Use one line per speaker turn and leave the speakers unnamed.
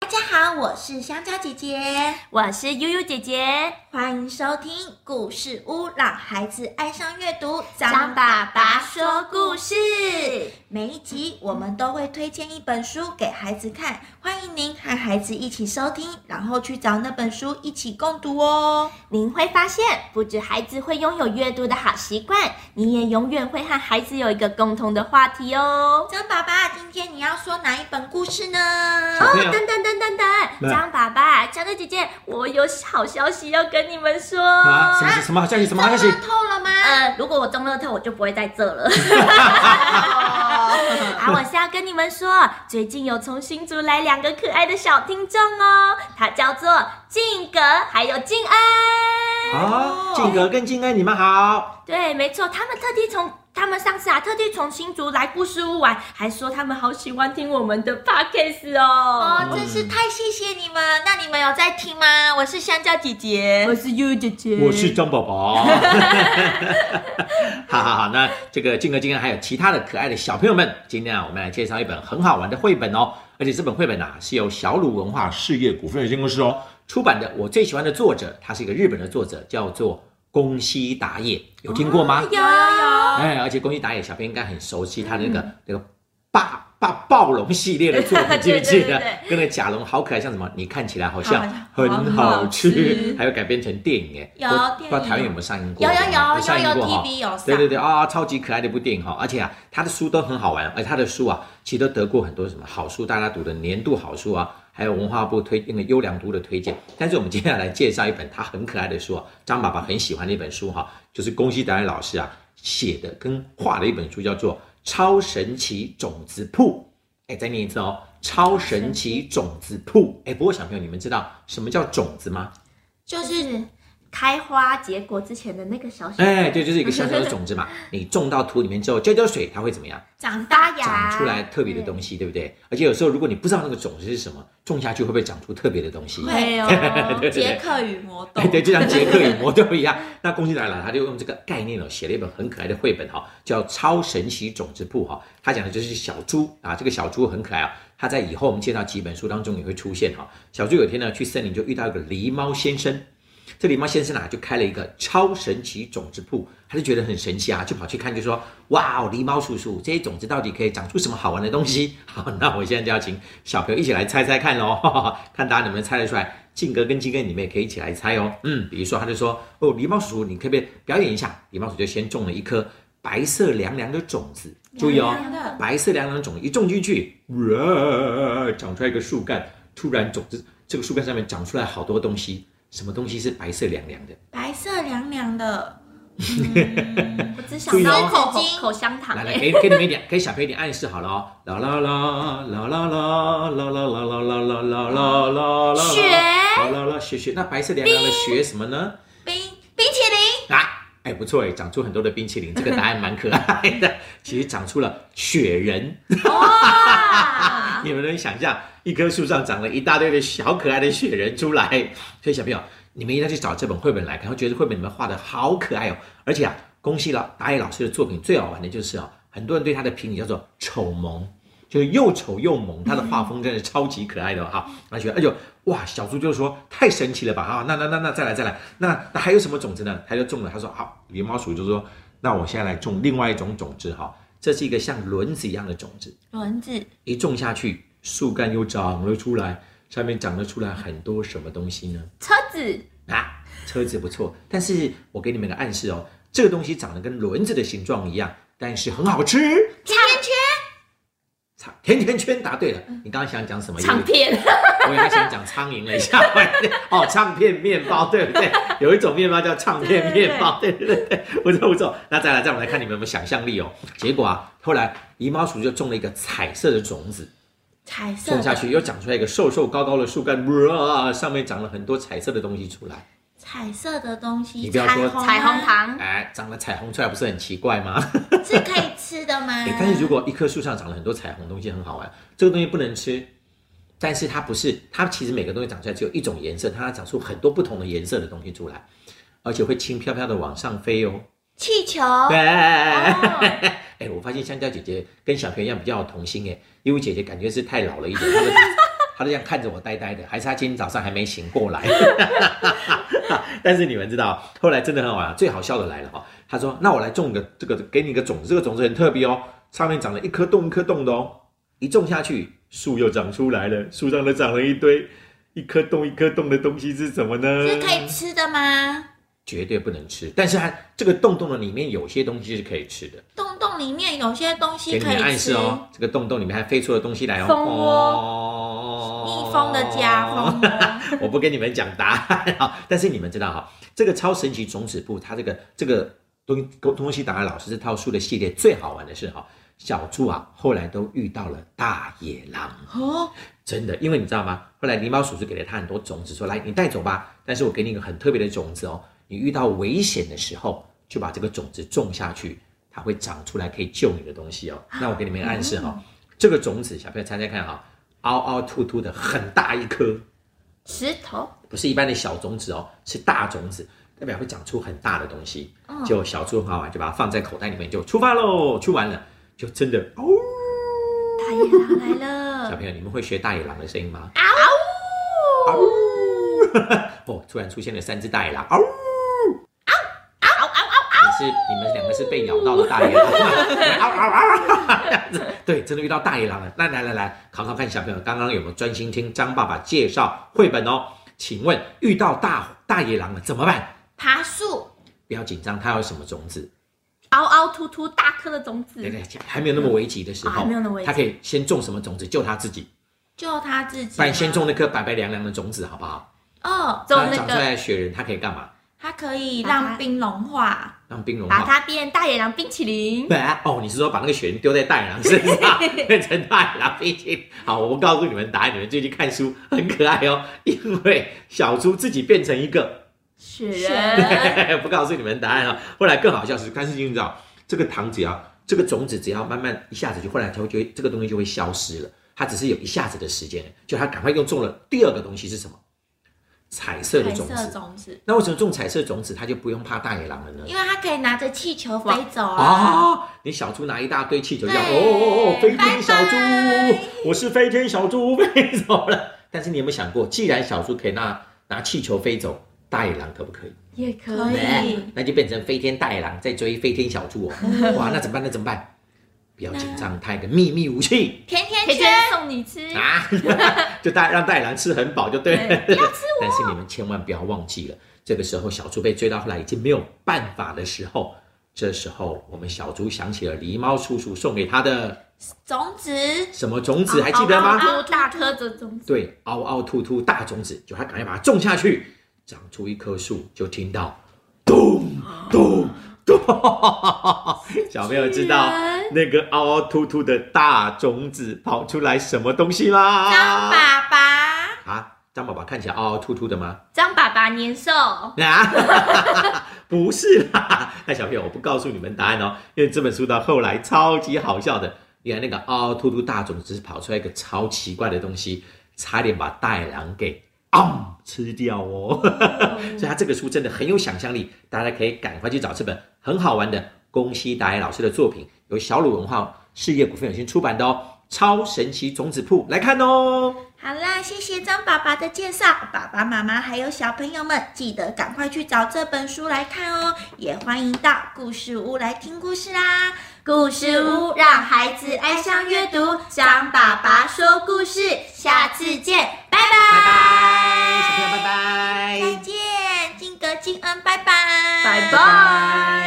大家好，我是香蕉姐姐，
我是悠悠姐姐，
欢迎收听故事屋，让孩子爱上阅读。
张爸爸说故事，
每一集我们都会推荐一本书给孩子看，欢迎您和孩子一起收听，然后去找那本书一起共读哦。
您会发现，不止孩子会拥有阅读的好习惯，你也永远会和孩子有一个共同的话题哦。
张爸爸，今天你要说哪一本故事呢？
哦，
小朋友
等等等等等，
啊对啊
张爸爸、张的姐姐，我有好消息要跟你们说。
啊，什么什么好消息？什么好消息？
透了吗？
呃，如果我中乐透，我就不会在这 了。啊，我是要跟你们说，最近有从新竹来两个可爱的小听众哦，他叫做静格，还有静安。
啊，静格跟静恩，你们好。
对，没错，他们特地从他们上次啊，特地从新竹来故事屋玩，还说他们好喜欢听我们的 podcast 哦。
哦，真是太谢谢你们！那你们有在听吗？我是香蕉姐
我
姐。
是悠悠姐姐，
我是张宝宝。 好好好，那这个静格、静恩还有其他的可爱的小朋友们，今天啊，我们来介绍一本很好玩的绘本哦。而且这本绘本啊，是由小鲁文化事业股份有限公司哦出版的。我最喜欢的作者，他是一个日本的作者，叫做宫西达也，有听过吗？
有有。
哎，而且宫西达也小朋友应该很熟悉他的那个、那个霸霸暴龙系列的 作品，记
对
不记
对
得
对？
跟那个甲龙好可爱，像什么？你看起来好像
好像
很
好
好吃，
吃
还有改编成电影哎，
有
不
电
不
影
知道台湾有没有上映过？
有有有
上映
有有
过哈
TV 有上
对对对啊、超级可爱的一部电影哈、而且啊，他的书都很好玩，而他的书啊，其实都得过很多什么好书大家读的年度好书啊。还有文化部推那个优良读的推荐，但是我们接下来介绍一本他很可爱的书啊，张爸爸很喜欢的一本书哈、就是宫西达也老师啊写的跟画的一本书，叫做《超神奇种子铺》。哎，再念一次哦，《超神奇种子铺》。哎，不过小朋友，你们知道什么叫种子吗？
就是开花结果之前的那个小小
哎，对，就是一个小小的种子嘛，你种到土里面之后，浇浇水，它会怎么样？
长大
发芽
长出来特别的东西，对不对？而且有时候如果你不知道那个种子是什么，种下去会不会长出特别的东西？
会
对哦，
对对
杰克与魔豆
哎，， 对，就像杰克与魔豆一样。那宫崎达郎他就用这个概念哦，写了一本很可爱的绘本哈、叫《超神奇种子铺》哈、他讲的就是小猪啊，这个小猪很可爱啊、它在以后我们介绍几本书当中也会出现哈、小猪有一天呢去森林就遇到一个狸猫先生，这狸猫先生啊就开了一个超神奇种子铺，他就觉得很神奇啊，就跑去看，就说：“哇哦，狸猫叔叔，这些种子到底可以长出什么好玩的东西？” 好，那我现在就要请小朋友一起来猜猜看喽，哈哈 看大家能不能猜得出来。静哥跟金哥，你们也可以一起来猜哦。嗯，比如说他就说：“哦，狸猫叔叔，你可不可以表演一下？”狸猫叔叔就先种了一颗白色凉凉的种子，注意哦，
真的
白色凉凉种一种进去，哇长出来一个树干，突然种子这个树干上面长出来好多东西，什么东西是白色凉凉的？
白色凉凉的，
我只想
注
到
意
口
哦
口口香糖
来
哎、
来，给给你们一点，给小朋友一点暗示好了哦，啦啦啦啦啦啦啦啦啦啦啦啦啦啦啦啦，
雪
啦啦啦雪雪，那白色凉凉的雪什么呢？
冰冰淇淋，
啊，哎，不错哎，长出很多的冰淇淋，这个答案蛮可爱的。其实长出了雪人，
哇！
你们能想象一棵树上长了一大堆的小可爱的雪人出来？所以小朋友，你们一定要去找这本绘本来看，我觉得绘本里面画的好可爱哦。而且啊，恭喜老打野老师的作品最好玩的就是啊，很多人对他的评语叫做“丑萌”。就是又丑又萌，他的画风真的超级可爱的哈、而且哎呦哇，小猪就说太神奇了吧啊，那那那那再来再来，那那还有什么种子呢？他就种了，他说好，狸猫鼠就说那我现在来种另外一种种子哈、这是一个像轮子一样的种子，
轮子，
一种下去，树干又长了出来，上面长了出来很多什么东西呢？
车子
啊，车子不错，但是我给你们个暗示哦，这个东西长得跟轮子的形状一样，但是很好吃。
甜甜圈，
操甜甜圈答对了，你刚刚想讲什么？
唱片，
我也还想讲苍蝇了一下， 哦，唱片面包对不对？有一种面包叫唱片面包，对对对对，不错不错。那再来，再我们来看你们有没有想象力哦。结果啊，后来狸猫鼠就种了一个彩色的种子，
彩色
种
的
下去又长出来一个瘦瘦高高的树干，哇，上面长了很多彩色的东西出来。
彩色的东西，
你不要说
啊
彩虹糖，
哎，长了彩虹出来不是很奇怪吗？
是可以吃的吗
哎，？但是如果一棵树上长了很多彩虹，东西很好玩，这个东西不能吃，但是它不是，它其实每个东西长出来只有一种颜色，它长出很多不同的颜色的东西出来，而且会轻飘飘的往上飞哦。
气球，
对，
哦
哎，我发现香蕉姐姐跟小朋友一样比较有童心哎，因为姐姐感觉是太老了一点，她都她都这样看着我呆呆的，还是她今天早上还没醒过来。 但是你们知道，后来真的很好玩，最好笑的来了哈、哦，她说：“那我来种个这个，给你个种子，这个种子很特别哦，上面长了一颗洞一颗洞的哦，一种下去，树又长出来了，树上都长了一堆。”一颗洞一颗洞的东西是什么呢？
是可以吃的吗？
绝对不能吃，但是它这个洞洞的里面有些东西是可以吃的。
洞洞里面有些东
给
西
你
可
们
以
暗
吃
示，哦，这个洞洞里面还飞出了东西来哦。
蜂窝
哦
蜜蜂的家，哦蜂窝。
我不跟你们讲答案啊， 但是你们知道哈，这个超神奇种子部，它这个这个东东西达尔老师这套书的系列最好玩的是哈，小猪啊后来都遇到了大野狼。
哦，
真的，因为你知道吗？后来狸猫叔叔给了他很多种子，说：“来，你带走吧。但是我给你一个很特别的种子哦，你遇到危险的时候，就把这个种子种下去，它会长出来可以救你的东西哦。”那我给你们一个暗示哈、哦，这个种子，小朋友猜猜看哈、凹凹凸凸的，很大一颗，
石头，
不是一般的小种子哦，是大种子，代表会长出很大的东西。
嗯
结果小猪很好玩，就把它放在口袋里面，就出发喽，去玩了，就真的哦。
大野狼来
小
了，
朋友，你们会学大野狼的声音吗？嗷呜！哦，突然出现了三只大野狼，嗷呜！
嗷嗷嗷！
你是你们两个是被咬到的大野狼，嗷嗷嗷！这样子，对，真的遇到大野狼了。那来来来，考考看小朋友刚刚有没有专心听张爸爸介绍绘本哦？请问遇到大大野狼了怎么办？
爬树，
不要紧张，它有什么种子？
凹凹凸凸大颗的种子
对，对，还没有那么危急的时
啊
候，
还没有那么危急
它可以先种什么种子救它自己？
救他自己
不
吗。
然先种那颗白白凉凉的种子好不好？
哦，
种
不然
那
长出
个
来的雪人，它可以干嘛？
它可以
把它
让冰融化。
让冰融
把
化。
它变大野狼冰淇淋，
哎哦，你是说把那个雪人丢在大野狼身 上，变成大野狼冰淇淋？好，我告诉你们答案，你们就去看书，很可爱哦。因为小猪自己变成一个，
雪
雪
人，
人
不告诉你们答案哦。后来更好笑是，但是你知道，这个糖只要这个种子只要慢慢一下子就，后来它就会这个东西就会消失了。它只是有一下子的时间，就它赶快又种了第二个东西是什么？彩色的
彩
种
色
子。
种子，
那为什么种彩色种子，它就不用怕大野狼了呢？
因为它可以拿着气球飞走啊。
啊！你小猪拿一大堆气球，这样哦
对
哦哦，飞天小猪，
拜拜
我是飞天小猪，飞走了。 但是你有没有想过，既然小猪可以拿拿气球飞走，大野狼可不可以？
也
可以
哎那就变成飞天大野狼在追飞天 小猪哦。哇，那怎么办？那怎么办？不要紧张，它有个秘密武器
甜甜
甜
圈，
甜送你吃，
啊， 就大让大野狼吃很饱就对了。
对不要吃
但是你们千万不要忘记了，这个时候小猪被追到后来已经没有办法的时候，这时候我们小猪想起了狸猫叔叔送给他的
种子，
什么种子，还记得吗？
凹凹凸凸大颗的种子，
对，凹凹凸凸大种子，就他赶快把它种下去，长出一棵树，就听到咚咚咚， 小朋友知道那个凹凹凸凸的大种子跑出来什么东西吗？
张爸爸，
啊，张宝宝看起来凹凹凸凸的吗？
张爸爸年兽，
啊， 不是啦，那小朋友，我不告诉你们答案哦，因为这本书到后来超级好笑的，原来那个凹凹凸凸大种子跑出来一个超奇怪的东西，差点把大野狼给啊、吃掉哦。 所以他这个书真的很有想象力，大家可以赶快去找这本很好玩的宫西达也老师的作品，由小鲁文化事业股份有限出版的哦，《超神奇种子铺》来看哦。
好啦，谢谢张爸爸的介绍，爸爸妈妈还有小朋友们，记得赶快去找这本书来看哦，也欢迎到故事屋来听故事啦。
故
事屋让孩子爱上阅读，张爸爸说故事，下次见，拜
拜
拜，
拜，小朋友拜拜，
再见，金格金恩，拜拜，
拜
拜拜。